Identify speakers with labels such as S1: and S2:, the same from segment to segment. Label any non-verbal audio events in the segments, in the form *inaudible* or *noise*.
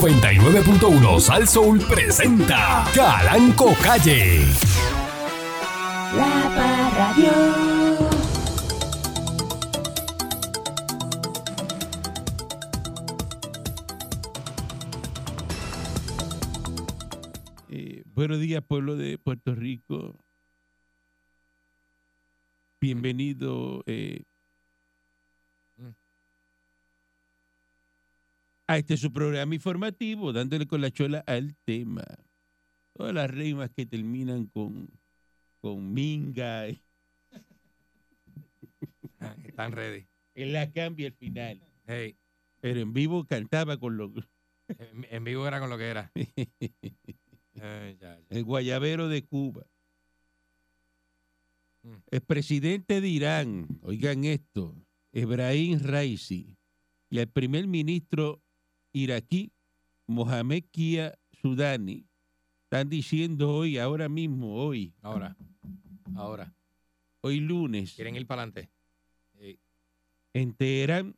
S1: 99.1 Sal Soul presenta Calanco Calle.
S2: La Parradio.
S3: Eh, buenos días, pueblo de Puerto Rico. Bienvenido eh, a este su programa informativo, dándole con la chola al tema. Todas las rimas que terminan con, con minga, *laughs* eh,
S4: Ah, *laughs* Están ready.
S3: él la cambia al final.
S4: Hey,
S3: Pero en vivo cantaba con los
S4: en en vivo era con lo que era.
S3: *laughs*
S4: Eh, ya, ya.
S3: el guayabero de Cuba.
S4: Mm.
S3: El presidente de Irán, oigan esto, Ebrahim Raisi, y el primer ministro iraquí, Mohamed Kia Sudani, están diciendo hoy, ahora mismo, hoy,
S4: Ahora, ahora.
S3: hoy lunes,
S4: Quieren ir para adelante. Eh,
S3: en Teherán,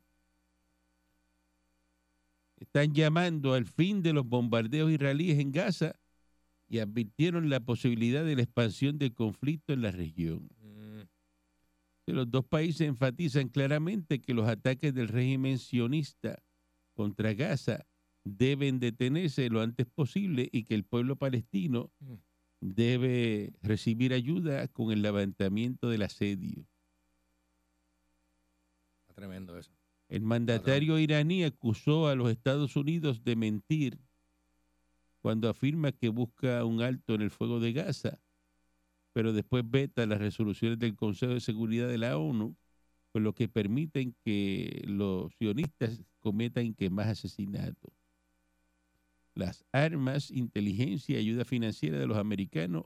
S3: están llamando al fin de los bombardeos israelíes en Gaza y advirtieron la posibilidad de la expansión del conflicto en la región.
S4: mm,
S3: que Los dos países enfatizan claramente que los ataques del régimen sionista contra Gaza deben detenerse lo antes posible y que el pueblo palestino
S4: Mm.
S3: debe recibir ayuda con el levantamiento del asedio.
S4: está tremendo eso.
S3: El mandatario iraní acusó a los Estados Unidos de mentir cuando afirma que busca un alto en el fuego de Gaza, pero después veta las resoluciones del Consejo de Seguridad de la ONU, con lo que permiten que los sionistas cometan que más asesinatos. Las armas, inteligencia y ayuda financiera de los americanos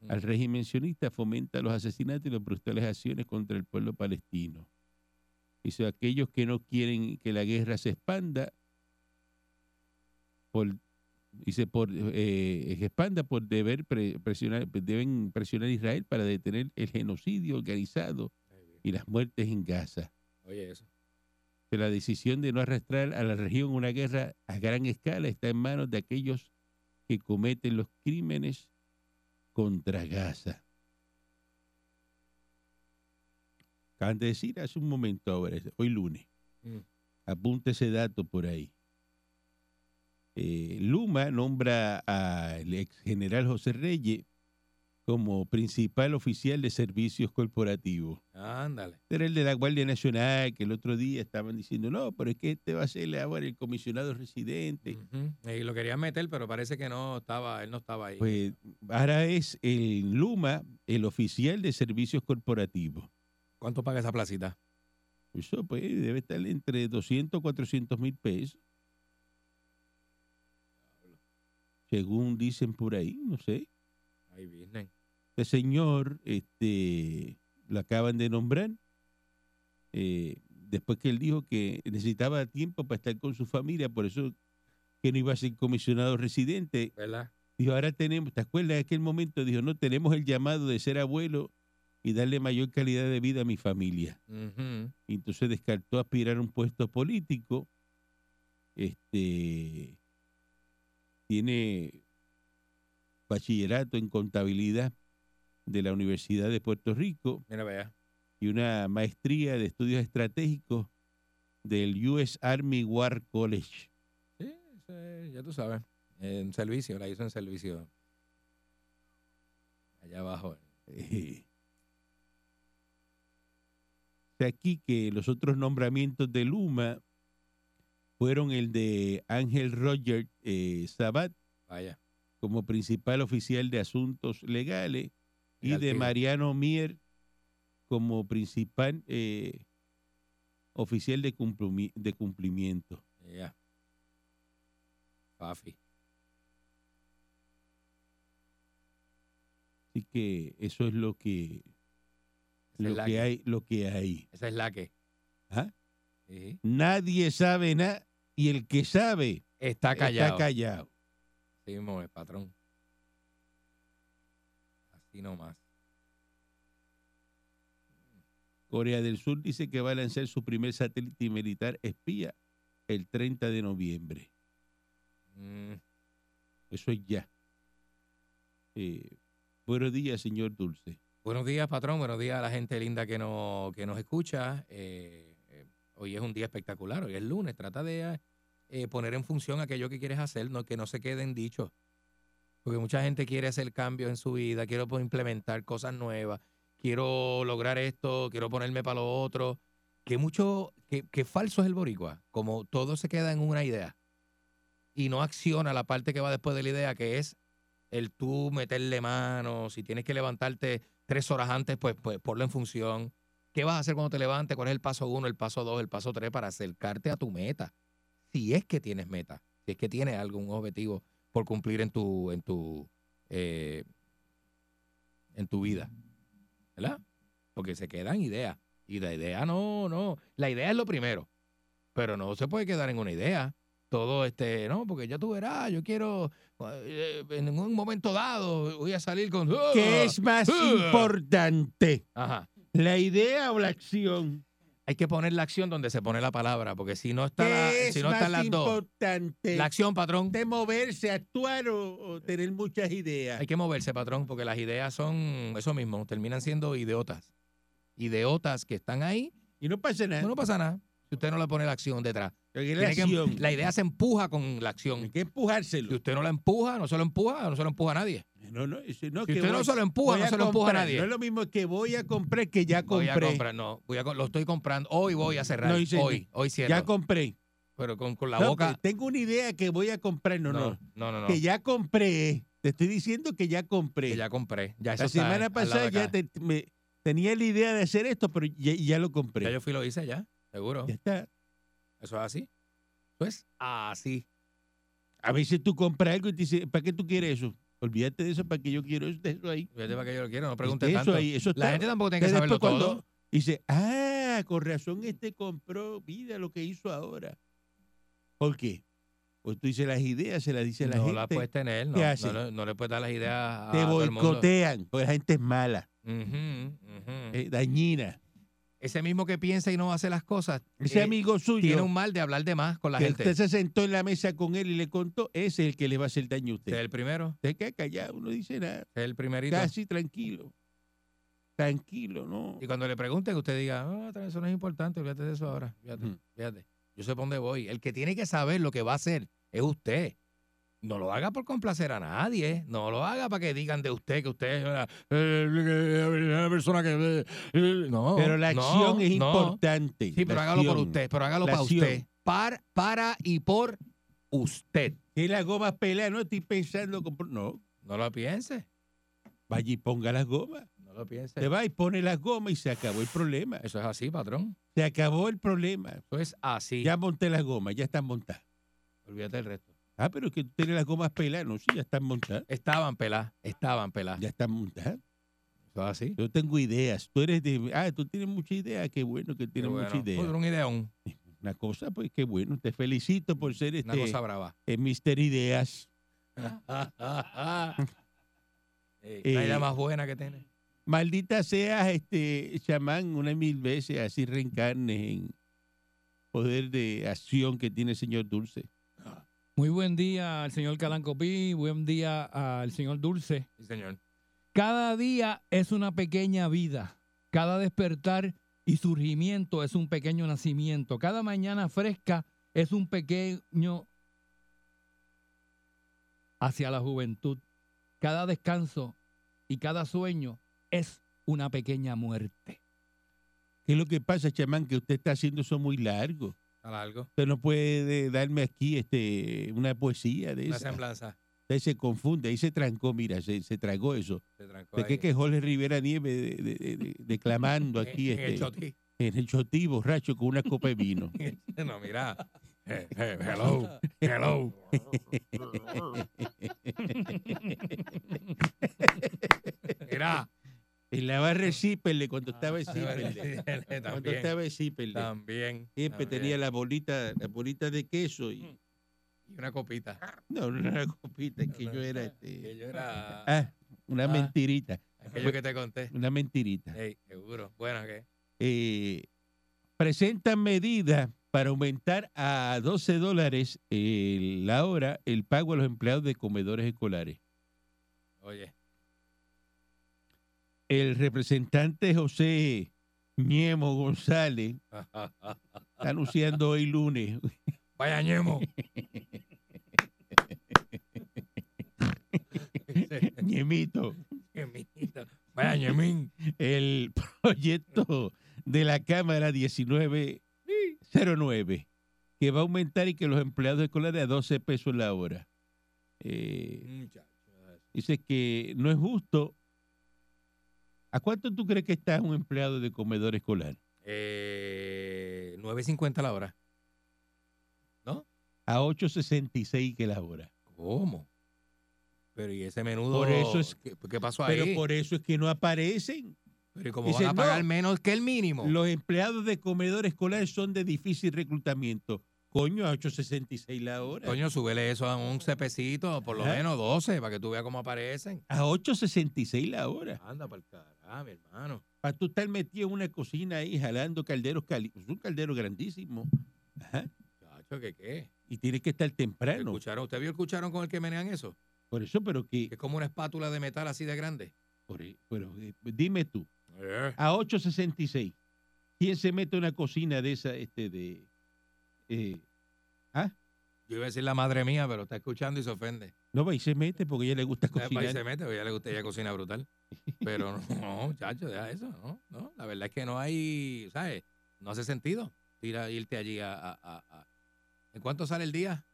S4: Mm.
S3: al régimen sionista fomenta los asesinatos y las brutales acciones contra el pueblo palestino. Dice, aquellos que no quieren que la guerra se expanda, por, dice, por, eh, se expanda por deber pre- presionar, deben presionar a Israel para detener el genocidio organizado y las muertes en Gaza.
S4: Oye, eso.
S3: Pero la decisión de no arrastrar a la región una guerra a gran escala está en manos de aquellos que cometen los crímenes contra Gaza. Acaban de decir hace un momento ahora, hoy lunes.
S4: Mm.
S3: Apunte ese dato por ahí. Eh, Luma nombra al ex general José Reyes como principal oficial de servicios corporativos.
S4: Ándale.
S3: Este era el de la Guardia Nacional, que el otro día estaban diciendo, no, pero es que este va a ser ahora el comisionado residente.
S4: Ujú. Y lo querían meter, pero parece que no estaba, él no estaba ahí.
S3: Pues ahora es el Luma, el oficial de servicios corporativos.
S4: ¿Cuánto paga esa placita?
S3: Eso pues debe estar entre 200 y 400 mil pesos. Según dicen por ahí, no sé.
S4: Ay, business.
S3: Este señor, este, lo acaban de nombrar, eh, después que él dijo que necesitaba tiempo para estar con su familia, por eso que no iba a ser comisionado residente.
S4: ¿Verdad?
S3: Dijo, ahora tenemos, ¿te acuerdas de aquel momento? Dijo, no, tenemos el llamado de ser abuelo y darle mayor calidad de vida a mi familia.
S4: Ujú.
S3: Y entonces descartó aspirar a un puesto político. Este tiene bachillerato en contabilidad de la Universidad de Puerto Rico
S4: Mira, vea.
S3: y una maestría de estudios estratégicos del US Army War College. *laughs*
S4: Sí, sí, ya tú sabes. En servicio, la hizo en servicio. Allá abajo.
S3: Eh, de aquí que los otros nombramientos de Luma fueron el de Ángel Roger eh, Sabat
S4: Vaya.
S3: como principal oficial de asuntos legales y
S4: Legal
S3: de
S4: fijo.
S3: Mariano Mier como principal eh, oficial de, cumplimi- de cumplimiento.
S4: Ya. Pafi.
S3: Así que eso es lo que,
S4: Esa es
S3: lo
S4: la
S3: que
S4: que.
S3: hay, lo que hay.
S4: Esa es la que.
S3: ¿Ah?
S4: Sí.
S3: Nadie sabe nada y el que sabe
S4: Está callado.
S3: Está callado.
S4: Así mismo es, patrón. Así nomás.
S3: Corea del Sur dice que va a lanzar su primer satélite militar espía el 30 de noviembre.
S4: Mm,
S3: Eso es ya. Eh, buenos días, señor Dulce.
S4: Buenos días, patrón. Buenos días a la gente linda que, no, que nos escucha. Eh, eh, hoy es un día espectacular. Hoy es lunes. Trata de eh, poner en función aquello que quieres hacer, no, que no se queden dichos. Porque mucha gente quiere hacer cambios en su vida, quiero pues, implementar cosas nuevas, quiero lograr esto, quiero ponerme para lo otro. Que mucho, que, que falso es el boricua. Como todo se queda en una idea y no acciona la parte que va después de la idea, que es el tú meterle mano, si tienes que levantarte tres horas antes, pues, pues ponlo en función. ¿Qué vas a hacer cuando te levantes? ¿Cuál es el paso uno, el paso dos, el paso tres para acercarte a tu meta? Si es que tienes meta, si es que tienes algún objetivo por cumplir en tu, en tu, eh, en tu vida. ¿Verdad? Porque se quedan ideas. Y la idea no, no. La idea es lo primero. Pero no se puede quedar en una idea todo este, no, porque ya tú verás, yo quiero eh, en un momento dado voy a salir con
S3: ¿Qué es más
S4: Ah.
S3: importante?
S4: Ajá.
S3: ¿La idea o la acción?
S4: Hay que poner la acción donde se pone la palabra, porque si no está la-
S3: ¿Qué es
S4: si no están
S3: más
S4: las dos,
S3: importante?
S4: la acción, patrón.
S3: ¿De moverse, actuar o, o tener muchas ideas?
S4: Hay que moverse, patrón, porque las ideas son eso mismo, terminan siendo idiotas. Ideotas que están ahí,
S3: Y no pasa nada.
S4: pues no pasa nada. Si usted no le pone la acción detrás.
S3: Porque Eh. la
S4: Tiene que- em-
S3: acción.
S4: la idea se empuja con la
S3: Hay
S4: acción.
S3: que
S4: Si
S3: empujárselo.
S4: usted no la empuja, no se lo empuja, no se lo empuja a nadie.
S3: No, no, eso no,
S4: Si
S3: que
S4: usted no
S3: voy-
S4: se lo empuja,
S3: voy
S4: no se lo empuja a
S3: comprar.
S4: nadie.
S3: No es lo mismo que voy a comprar que ya
S4: Voy
S3: compré.
S4: a comprar, no, voy a co- lo estoy comprando. Hoy voy a cerrar.
S3: No, y se-
S4: hoy, hoy cierro.
S3: ya compré.
S4: pero con, con la
S3: No,
S4: boca.
S3: que Tengo una idea que voy a comprar. No, no.
S4: no, no, no. no.
S3: Que ya compré. Te estoy diciendo que ya compré.
S4: Que ya compré. Ya eso
S3: la
S4: está
S3: semana
S4: al lado de
S3: pasada ya
S4: acá.
S3: te- me- tenía la idea de hacer esto, pero ya, ya lo compré.
S4: Ya
S3: Ya,
S4: yo fui y lo hice ya, seguro.
S3: está.
S4: Eso es así. Ah, Eso es así.
S3: A veces tú compras algo y te dice, ¿para qué tú quieres eso? Olvídate de eso, ¿para qué yo quiero eso? De eso ahí.
S4: Fíjate para que yo lo quiero,
S3: Mm.
S4: no
S3: De
S4: preguntes
S3: eso
S4: tanto.
S3: ahí, eso está.
S4: la gente tampoco tiene que
S3: Usted
S4: saberlo
S3: después cuando
S4: todo.
S3: Dice, ah, con razón este compró, mira lo que hizo ahora. ¿Por qué? Pues tú dices las ideas, se las dice la
S4: no
S3: gente.
S4: la puedes tener, no,
S3: ¿Qué hace?
S4: no, le- no le puedes dar las ideas a
S3: te
S4: todo el mundo.
S3: boicotean, porque la gente es mala,
S4: Ujú, ujú.
S3: eh, dañina.
S4: Ese mismo que piensa y no hace las cosas,
S3: Ese
S4: eh,
S3: amigo
S4: tiene
S3: suyo
S4: un mal de hablar de más con la
S3: que
S4: gente.
S3: usted se sentó en la mesa con él y le contó, ese es el que le va a hacer daño a usted.
S4: Usted es el primero,
S3: Usted queda callado, no dice nada,
S4: usted es el primerito.
S3: casi tranquilo. Tranquilo, ¿no?
S4: Y cuando le pregunten, usted diga, "Ah, otra vez, eso no es importante, fíjate de eso ahora, fíjate,
S3: Ujú.
S4: fíjate. Yo sé para dónde voy. El que tiene que saber lo que va a hacer es usted. No lo haga por complacer a nadie. No lo haga para que digan de usted que usted es una, eh, una persona que... eh, no,
S3: Pero la
S4: no,
S3: acción es
S4: no.
S3: importante.
S4: Sí, pero
S3: la
S4: hágalo por
S3: acción.
S4: usted, pero hágalo
S3: La
S4: para
S3: acción.
S4: usted. Par- para y por usted.
S3: Que las gomas peladas, no estoy pensando. comprar- No,
S4: No lo piense,
S3: vaya y ponga las gomas.
S4: no lo
S3: Te
S4: piense.
S3: va y pone las gomas y se acabó el problema.
S4: Eso es así, patrón.
S3: Se acabó el problema.
S4: Eso es así.
S3: Ya monté las gomas, ya están montadas.
S4: Olvídate del resto.
S3: Ah, pero es que tú tienes las gomas peladas. No, sí, ya están montadas.
S4: Estaban peladas, estaban peladas.
S3: Ya están montadas.
S4: Eso es así.
S3: Yo tengo ideas. Tú eres de. Ah, tú tienes mucha idea. Qué bueno que tienes
S4: Pero
S3: mucha
S4: bueno, pues,
S3: idea.
S4: era un ideón,
S3: Una cosa, pues qué bueno. Te felicito por ser
S4: una
S3: este
S4: cosa
S3: *laughs*
S4: brava.
S3: eh, Mister Ideas.
S4: Eh, la idea
S3: eh,
S4: más buena que tiene.
S3: Maldita seas, este chamán, una y mil veces así reencarnes en poder de acción que tiene el señor Dulce.
S5: Muy buen día al señor Calancopí, buen día al señor Dulce.
S4: Sí, señor.
S5: Cada día es una pequeña vida, cada despertar y surgimiento es un pequeño nacimiento, cada mañana fresca es un pequeño hacia la juventud, cada descanso y cada sueño es una pequeña muerte.
S3: ¿Qué es lo que pasa, chamán? Que usted está haciendo eso muy largo.
S4: Está largo.
S3: Usted no puede darme aquí este, una poesía de
S4: Una
S3: esa.
S4: semblanza.
S3: Usted se confunde, ahí se trancó, mira, se, se tragó eso.
S4: Se trancó
S3: ¿De qué
S4: ahí.
S3: que Jorge Rivera Nieves de- de- de- de-
S4: *laughs*
S3: declamando
S4: En-
S3: aquí
S4: en el
S3: este,
S4: chotí.
S3: en el chotí borracho con una copa de
S4: *laughs*
S3: vino?
S4: No,
S3: *laughs*
S4: mira. Eh, eh, hello. Hello. mira.
S3: En la barra de
S4: Ah.
S3: Cipele, cuando estaba en Cipele. Cuando
S4: también.
S3: estaba en Cipele,
S4: También.
S3: siempre
S4: también.
S3: tenía la bolita, la bolita de queso y.
S4: Y una copita.
S3: No, no era copita, que yo era.
S4: Mm. Que
S3: Este,
S4: yo era
S3: ah, una
S4: Ah. Eh.
S3: mentirita,
S4: aquello que te conté.
S3: una mentirita.
S4: Ey, seguro. Bueno, ¿qué?
S3: eh, presentan medidas para aumentar a 12 dólares eh, la hora el pago a los empleados de comedores escolares.
S4: Oye,
S3: El representante José Niemo González está anunciando hoy lunes *laughs*
S4: vaya ñemo. Ese
S3: Ñemito,
S4: ñemito. vaya ñemín.
S3: el *laughs* proyecto de la Cámara 1909, que va a aumentar y que los empleados escolares a 12 pesos la hora. Eh,
S4: Muchacho.
S3: dice que no es justo. ¿A cuánto tú crees que está un empleado de comedor escolar?
S4: Eh, 9.50 la hora.
S3: A 8.66 que la hora.
S4: ¿Cómo? Pero y ese menudo.
S3: Por eso es-
S4: ¿Qué, qué pasó ahí?
S3: Pero por eso es que no aparecen.
S4: Pero ¿y cómo
S3: Dice,
S4: van a pagar
S3: no.
S4: menos que el mínimo?
S3: Los empleados de comedor escolar son de difícil reclutamiento. Coño, a 8.66 la hora.
S4: Coño, súbele eso a 11 pesitos, por lo
S3: Ajá.
S4: menos 12, para que tú veas cómo aparecen.
S3: A 8.66 la hora.
S4: Anda para el carajo, mi hermano.
S3: Para tú estar metido en una cocina ahí jalando calderos calientes. Es un caldero grandísimo. Ajá.
S4: Chacho, ¿qué qué?
S3: Y tienes que estar
S4: ¿El
S3: temprano.
S4: cucharón? ¿Usted vio el cucharón con el que menean eso?
S3: Por eso, pero que.
S4: Que es como una espátula de metal así de grande.
S3: por- pero, eh, dime tú.
S4: Eh,
S3: A 8.66. ¿Quién se mete a una cocina de esa, este, de. eh,
S4: Yo iba a decir la madre mía, pero está escuchando y se ofende.
S3: no, va y se mete porque a ella le gusta
S4: Eh, pa' ahí se
S3: cocinar.
S4: mete, porque ya le gusta, ella cocina brutal. Pero
S3: *laughs*
S4: no, chacho, deja eso, ¿no? no. La verdad es que no hay, ¿sabes? No hace sentido ir a- irte allí a, a- a- a- ¿En cuánto sale el día?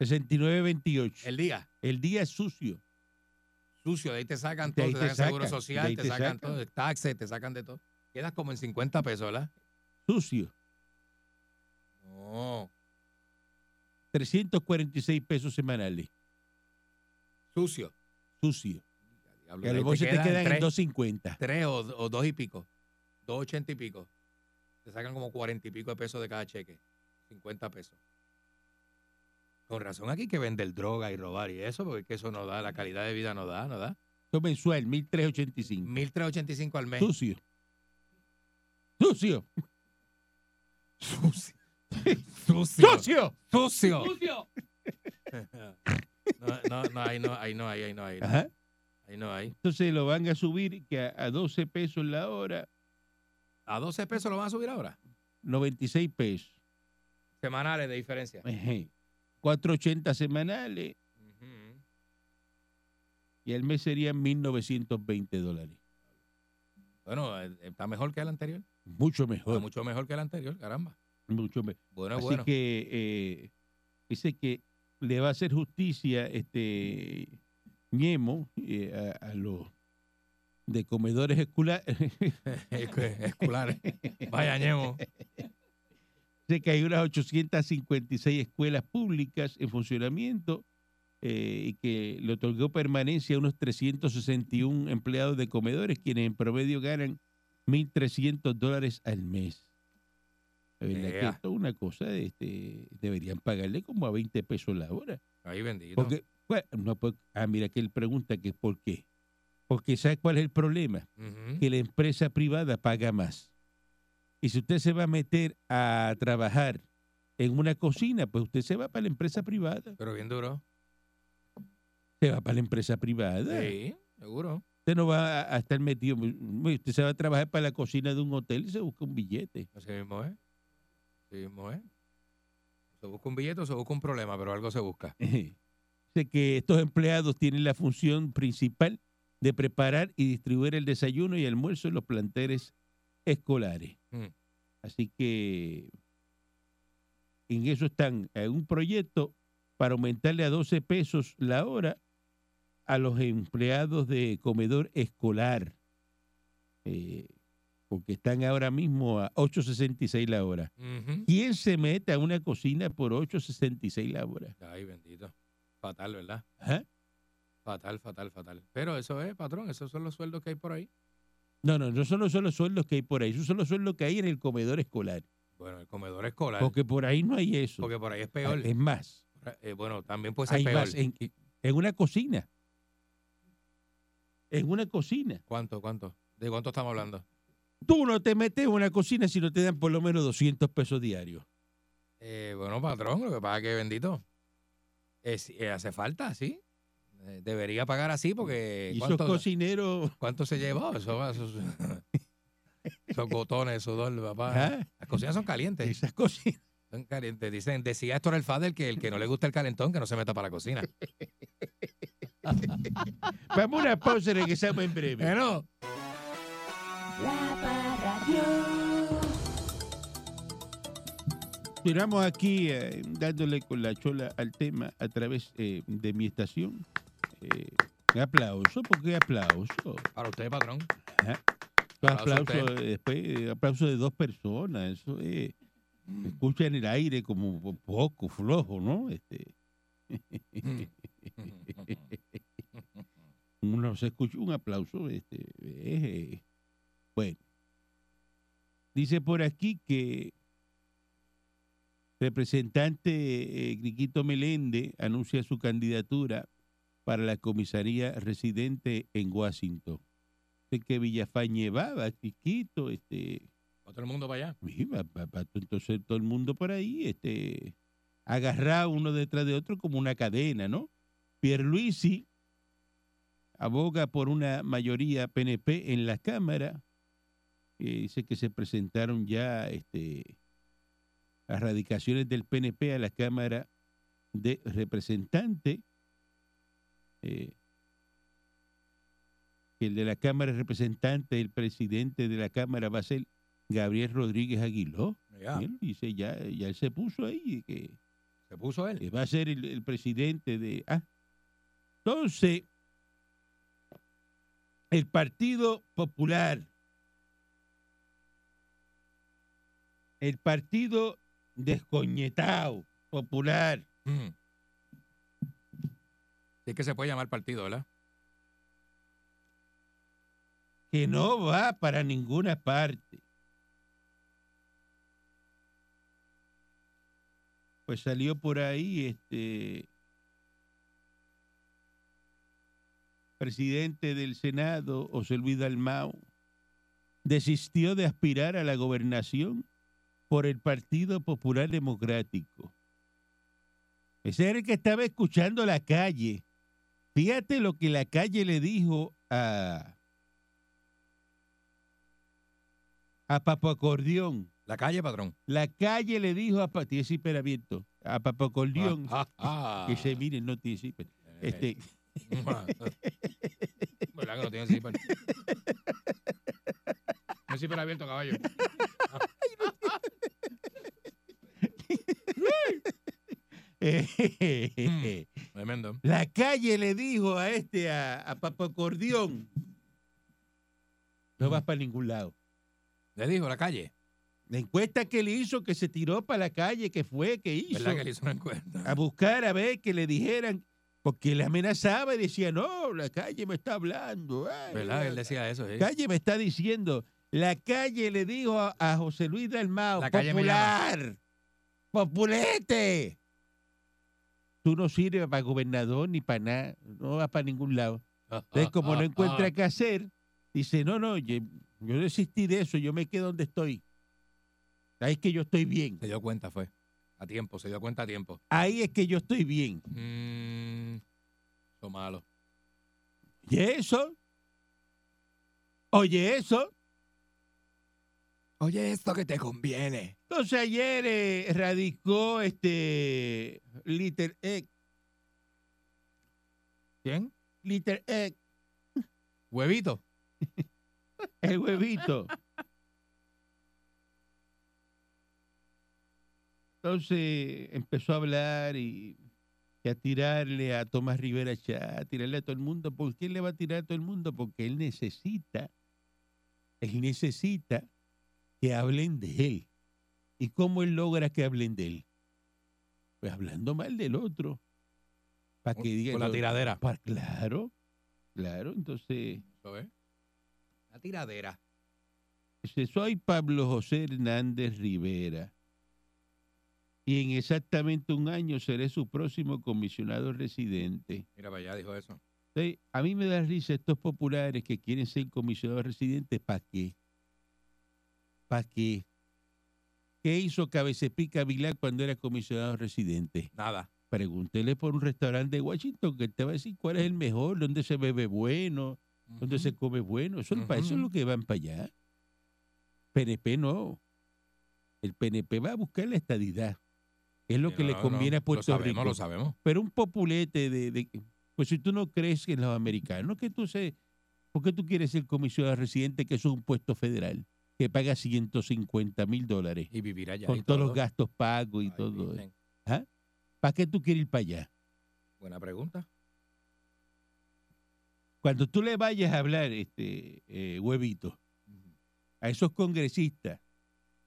S3: 69.28.
S4: El día.
S3: El día es sucio.
S4: Sucio, de ahí te sacan
S3: De
S4: todo,
S3: ahí
S4: te
S3: te
S4: sacan seguro
S3: sacan, de ahí
S4: social, te
S3: te
S4: sacan
S3: sacan.
S4: todo, de taxes, te sacan de todo. Quedas como en 50 pesos, ¿verdad?
S3: Sucio.
S4: No.
S3: 346 pesos semanales.
S4: Sucio.
S3: Sucio.
S4: Diablo,
S3: Que a
S4: de
S3: lo
S4: ahí
S3: mejor se te
S4: quedan
S3: quedan en
S4: tres-
S3: 2.50.
S4: tres o, o dos y pico, dos ochenta y pico, te sacan como cuarenta y pico de pesos de cada cheque, 50 pesos. Con razón aquí hay que vender droga y robar y eso, porque es que eso no da, la calidad de vida no da, no da.
S3: Eso mensual, 1.385.
S4: 1.385 al mes.
S3: Sucio. Sucio.
S4: Sucio. Sucio.
S3: Sucio.
S4: Sucio.
S5: ¡Sucio!
S4: No, no, no, ahí no, ahí no, hay, ahí no, hay,
S3: Ajá.
S4: ahí no, hay.
S3: Entonces lo van a subir que a, a 12 pesos la hora,
S4: A 12 pesos lo van a subir ahora.
S3: 96 pesos.
S4: Semanales de diferencia.
S3: Ejé. 480 semanales
S4: Ujú.
S3: y al mes serían 1.920 dólares.
S4: Bueno, eh, está mejor que el anterior.
S3: Mucho
S4: Está
S3: mejor.
S4: mucho mejor que el anterior, caramba.
S3: Mucho mejor.
S4: Bueno,
S3: Así
S4: Ah, bueno.
S3: que eh, dice que le va a hacer justicia este Ñemo eh, a, a los de comedores *laughs* escolares.
S4: Escu- Escolares. Vaya, Ñemo.
S3: Dice que hay unas 856 escuelas públicas en funcionamiento eh, y que le otorgó permanencia a unos 361 empleados de comedores, quienes en promedio ganan 1.300 dólares al mes. La verdad que
S4: Ea.
S3: esto es una cosa, este, deberían pagarle como a 20 pesos la hora.
S4: Ahí bendito.
S3: Porque, bueno, no, pues, ah, mira que él pregunta que por qué. Porque ¿sabe cuál es el problema?
S4: Ujú.
S3: Que la empresa privada paga más. Y si usted se va a meter a trabajar en una cocina, pues usted se va para la empresa privada.
S4: Pero bien duro.
S3: Se va para la empresa privada.
S4: Sí, seguro.
S3: Usted no va a, a estar metido. Uy, Usted se va a trabajar para la cocina de un hotel y se busca un billete.
S4: Así mismo es. Así mismo es. Se busca un billete o se busca un problema, pero algo se busca.
S3: Dice que estos empleados tienen la función principal de preparar y distribuir el desayuno y almuerzo en los planteles escolares.
S4: Mm.
S3: Así que en eso están. eh, un proyecto para aumentarle a 12 pesos la hora a los empleados de comedor escolar. eh, porque están ahora mismo a 8.66 la hora.
S4: Ujú.
S3: ¿Quién se mete a una cocina por 8.66 la hora? ¿Ah?
S4: Ay, bendito. Fatal, ¿verdad?
S3: Ajá.
S4: Fatal, fatal, fatal. Pero eso es, patrón, esos son los sueldos que hay por ahí.
S3: No, no, no son los, son los sueldos que hay por ahí, esos son los sueldos que hay en el comedor escolar.
S4: Bueno, el comedor escolar. Porque,
S3: Porque por ahí no hay eso. Ah,
S4: por ahí es peor.
S3: Es más,
S4: Eh, bueno, también puede ser
S3: hay
S4: peor.
S3: más en, en una cocina. En una cocina.
S4: ¿Cuánto, cuánto? ¿De cuánto estamos hablando?
S3: Tú no te metes en una cocina si no te dan por lo menos 200 pesos diarios.
S4: Eh, bueno, patrón, lo que pasa es que bendito. es- eh, hace falta, sí. Eh, debería pagar así porque.
S3: Y esos
S4: ¿cuánto,
S3: cocineros.
S4: cuánto se llevó? Eso va- esos,
S3: *laughs*
S4: esos botones, sudor, papá.
S3: ¿ah?
S4: Las cocinas son calientes.
S3: Esas
S4: *laughs*
S3: cocinas.
S4: Son calientes. Dicen, decía Héctor el Fader que el que no le gusta el calentón, que no se meta para la cocina.
S3: Vamos a una pausa y regresamos en breve.
S4: Bueno,
S2: La Parradio.
S3: Continuamos aquí eh, dándole con la chola al tema a través eh, de mi estación. Eh, un aplauso, ¿por qué aplauso?
S4: para
S3: *laughs*
S4: usted, patrón.
S3: Aplauso,
S4: Aplauso a
S3: eh, después, eh, aplauso de dos personas, eso es. se escucha en el aire como po- poco, flojo, ¿no? Este,
S4: Mm.
S3: uno se escucha un aplauso, este, eh, eh. bueno. Dice por aquí que representante eh, Griquito Melende anuncia su candidatura para la comisaría residente en Washington. De que Villafañe va, va Griquito, este,
S4: Otro mundo para allá.
S3: y va- va- va to- entonces todo el mundo por ahí, este, agarrado uno detrás de otro como una cadena, ¿no? Pierluisi aboga por una mayoría PNP en la Cámara. eh, dice que se presentaron ya este, las radicaciones del PNP a la Cámara de Representantes. eh, que el de la Cámara de Representantes, el presidente de la Cámara va a ser Gabriel Rodríguez Aguiló.
S4: Ya,
S3: Él dice, ya, ya él se puso ahí, que,
S4: se puso él.
S3: que va a ser el, el presidente de... ah. Entonces, el Partido Popular, el Partido Descoñetado Popular,
S4: Mm. Sí, es que se puede llamar partido, ¿verdad?
S3: que no va para ninguna parte. Pues salió por ahí este presidente del Senado, José Luis Dalmau, desistió de aspirar a la gobernación por el Partido Popular Democrático. Ese era el que estaba escuchando la calle. Fíjate lo que la calle le dijo a, a Papo Acordeón.
S4: La calle, patrón.
S3: La calle le dijo a Pa- Tiesi Peravieto, a Papo Acordeón,
S4: Ah, ah, Eh. ah.
S3: que se miren, no Tiesi, pero, este, *laughs*
S4: *laughs* Mua. ¿Verdad que no tiene zipper? No es zipper abierto, caballo. Tremendo.
S3: Este, *laughs* la calle le dijo a este, a, a Papo Acordeón, no vas para ningún lado.
S4: Le dijo la calle.
S3: La encuesta que le hizo, que se tiró para la calle, que fue, que hizo,
S4: ¿Verdad que le hizo una encuesta?
S3: a buscar a ver que le dijeran, porque le amenazaba y decía, no, la calle me está hablando. ay,
S4: ¿Verdad? Él decía eso, sí.
S3: calle me está diciendo, la calle le dijo a, a José Luis Dalmao,
S4: La calle me
S3: popular, populete. Tú no sirves para gobernador ni para nada, no vas para ningún lado.
S4: Ah,
S3: Entonces,
S4: ah,
S3: como
S4: ah,
S3: no encuentra
S4: ah.
S3: qué hacer, dice, no, no, yo, yo desistí de eso, yo me quedo donde estoy. Ahí es que yo estoy bien,
S4: Se dio cuenta, fue. A tiempo, se dio cuenta a tiempo.
S3: ahí es que yo estoy bien.
S4: Mm, lo malo.
S3: ¿Y eso? Oye, eso.
S4: Oye, esto que te conviene.
S3: Entonces ayer eh, radicó este Little Egg,
S4: ¿Quién?
S3: Little Egg,
S4: Huevito.
S3: el huevito. Entonces empezó a hablar y, y a tirarle a Tomás Rivera Chá, a tirarle a todo el mundo. ¿Por qué le va a tirar a todo el mundo? Porque él necesita, él necesita que hablen de él. ¿Y cómo él logra que hablen de él? Pues hablando mal del otro. Para que diga
S4: Con la
S3: "No,
S4: tiradera.
S3: Pa- claro, claro. Entonces,
S4: ¿Lo ves? La tiradera.
S3: dice, soy Pablo José Hernández Rivera y en exactamente un año seré su próximo comisionado residente.
S4: Mira para allá, dijo eso.
S3: Entonces, a mí me da risa estos populares que quieren ser comisionados residentes, ¿para qué? ¿Para qué? ¿Qué hizo Cabecepica Vilá cuando era comisionado residente?
S4: Nada.
S3: Pregúntele por un restaurante de Washington que te va a decir cuál es el mejor, dónde se bebe bueno, dónde se come bueno. Eso, para eso es
S4: Ujú.
S3: lo que van para allá. PNP no. El PNP va a buscar la estadidad. Es lo
S4: Sí,
S3: que
S4: no,
S3: le
S4: no,
S3: conviene
S4: no.
S3: a Puerto
S4: lo sabemos,
S3: Rico.
S4: Lo sabemos,
S3: Pero un populete de, de- Pues si tú no crees en los americanos, que tú se... ¿Por qué tú quieres ser comisionado residente, que eso es un puesto federal, que paga 150 mil dólares?
S4: Y vivir allá. y
S3: con todos los
S4: todo.
S3: gastos pagos y
S4: Ay,
S3: todo eso.
S4: Virgen.
S3: ¿Para qué tú quieres ir para allá?
S4: Buena pregunta.
S3: Cuando tú le vayas a hablar, este eh, huevito, a esos congresistas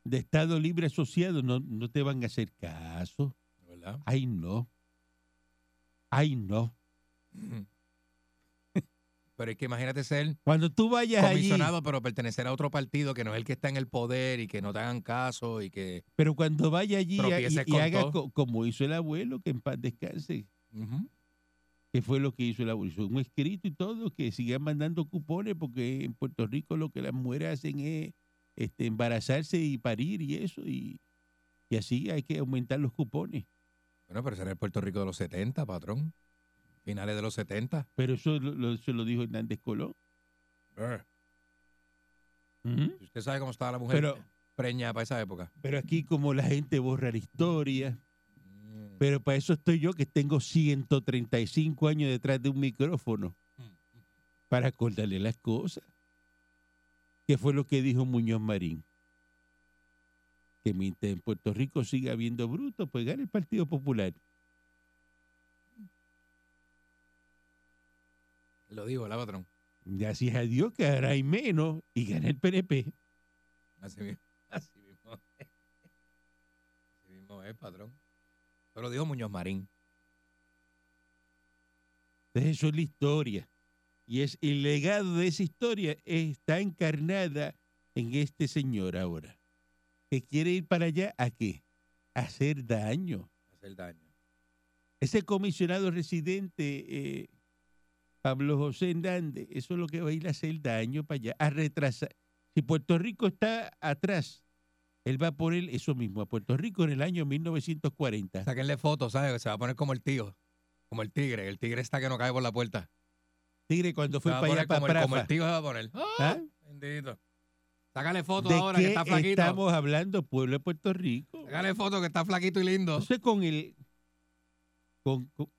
S3: de Estado Libre Asociado, no, no te van a hacer caso.
S4: ¿Verdad?
S3: Ay, no. Ay, no.
S4: Pero es que imagínate ser
S3: Cuando tú vayas allí,
S4: comisionado, pero pertenecer a otro partido que no es el que está en el poder y que no te hagan caso y que.
S3: pero cuando vaya allí y- y,
S4: Tropieces
S3: y
S4: con
S3: hagas
S4: todo.
S3: co- como hizo el abuelo, que en paz descanse,
S4: Ujú.
S3: que fue lo que hizo el abuelo. Hizo un escrito y todo, que sigan mandando cupones, porque en Puerto Rico lo que las mujeres hacen es este, embarazarse y parir y eso, y, y así hay que aumentar los cupones.
S4: Bueno, pero será el Puerto Rico de los 70, patrón. Finales de los 70.
S3: Pero eso lo, lo- eso lo dijo Hernández Colón. Ujú.
S4: Usted sabe cómo estaba la mujer
S3: Pero,
S4: preña para esa época.
S3: pero aquí como la gente borra la historia,
S4: Mm.
S3: pero para eso estoy yo que tengo 135 años detrás de un micrófono, para acordarle las cosas. que fue lo que dijo Muñoz Marín? Que mientras en Puerto Rico siga habiendo brutos, pues gana el Partido Popular.
S4: Lo digo, ¿verdad, patrón?
S3: Gracias a Dios que ahora hay menos y gana el PNP.
S4: Así mismo. *laughs* Así mismo. es. Así mismo es, patrón. Eso lo dijo Muñoz Marín.
S3: Entonces eso es la historia. Y es el legado de esa historia está encarnada en este señor ahora. Que quiere ir para allá a qué? A hacer daño.
S4: Hacer daño.
S3: Ese comisionado residente, eh, Pablo José Hernández, eso es lo que va a ir a hacer daño para allá, a retrasar. Si Puerto Rico está atrás, él va a poner eso mismo, a Puerto Rico en el año 1940.
S4: Sáquenle fotos, ¿sabes? Que Se va a poner como el tío. Como el tigre. El tigre está que no cae por la puerta.
S3: Tigre, cuando fue
S4: se va a
S3: para allá,
S4: poner como,
S3: para
S4: el, como el tío se va a poner. ¡Ah! Bendito. Sácale fotos
S3: ¿De
S4: ahora
S3: qué
S4: que está flaquito.
S3: estamos hablando, pueblo de Puerto Rico?
S4: Sácale fotos que está flaquito y lindo.
S3: Entonces, con el con, con-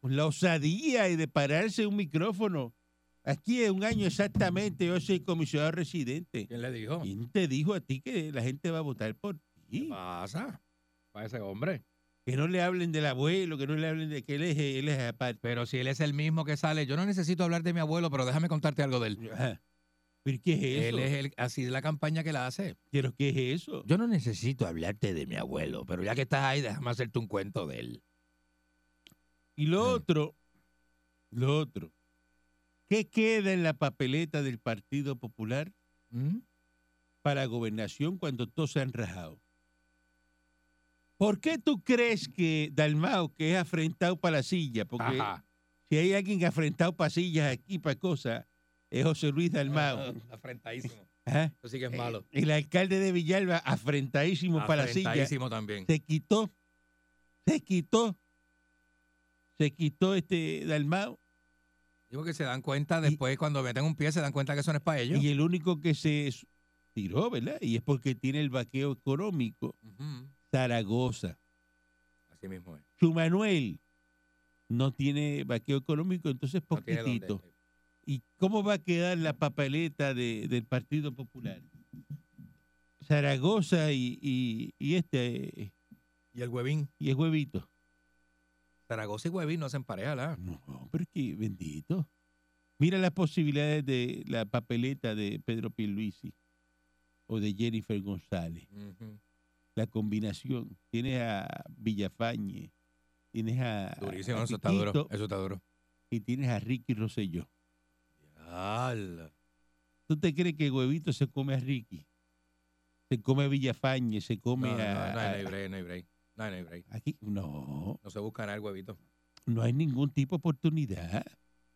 S3: con la osadía y de pararse un micrófono. Aquí en un año exactamente yo soy comisionado residente.
S4: ¿Quién le dijo? ¿Qué
S3: ¿Quién te dijo a ti que la gente va a votar por ti?
S4: pasa? Para ese hombre.
S3: Que no le hablen del abuelo, que no le hablen de que él es, él es aparte.
S4: Pero si él es el mismo que sale, yo no necesito hablar de mi abuelo, pero déjame contarte algo de él.
S3: Ajá. ¿Pero qué es eso?
S4: Él es el, así es la campaña que la hace.
S3: ¿Pero qué es eso?
S4: Yo no necesito hablarte de mi abuelo, pero ya que estás ahí, déjame hacerte un cuento de él.
S3: Y lo
S4: Ajá.
S3: otro, lo otro, ¿qué queda en la papeleta del Partido Popular
S4: ¿Mm?
S3: para gobernación cuando todos se han rajado? ¿Por qué tú crees que Dalmao, que es afrentado para la silla, porque
S4: Ajá.
S3: si hay alguien afrentado para sillas aquí, para cosas, es José Luis Dalmao.
S4: Ah, Afrentadísimo.
S3: Ajá. Eh,
S4: Eso sí que es malo.
S3: El alcalde de Villalba, afrentadísimo para la silla,
S4: Afrentadísimo también.
S3: se quitó, se quitó, se quitó este Dalmao.
S4: Digo que se dan cuenta después, cuando meten un pie, se dan cuenta que eso no es para ellos.
S3: Y el único que se s- tiró, ¿verdad? Y es porque tiene el vaqueo económico,
S4: Ujú.
S3: Zaragoza.
S4: Así mismo es.
S3: Chumanuel no tiene vaqueo económico, entonces
S4: No tiene dónde.
S3: poquitito. ¿Y cómo va a quedar la papeleta de- del Partido Popular? Zaragoza y, y- y este, eh,
S4: Y el huevín.
S3: y el huevito.
S4: Zaragoza y huevín no hacen pareja, ¿la?
S3: No, pero es que bendito. Mira las posibilidades de la papeleta de Pedro Pierluisi o de Jennifer González.
S4: Ujú.
S3: la combinación. Tienes a Villafañe, tienes a,
S4: Durísimo,
S3: a
S4: eso está duro.
S3: Titito
S4: Eso está duro.
S3: y tienes a Ricky Rosselló.
S4: Diablo.
S3: ¿Tú te crees que Huevito se come a Ricky? Se come a Villafañe, se come
S4: No, no, no,
S3: a,
S4: no, hay
S3: a-
S4: break, no hay break. No, no hay break.
S3: aquí. No,
S4: No se busca nada el huevito.
S3: no hay ningún tipo de oportunidad.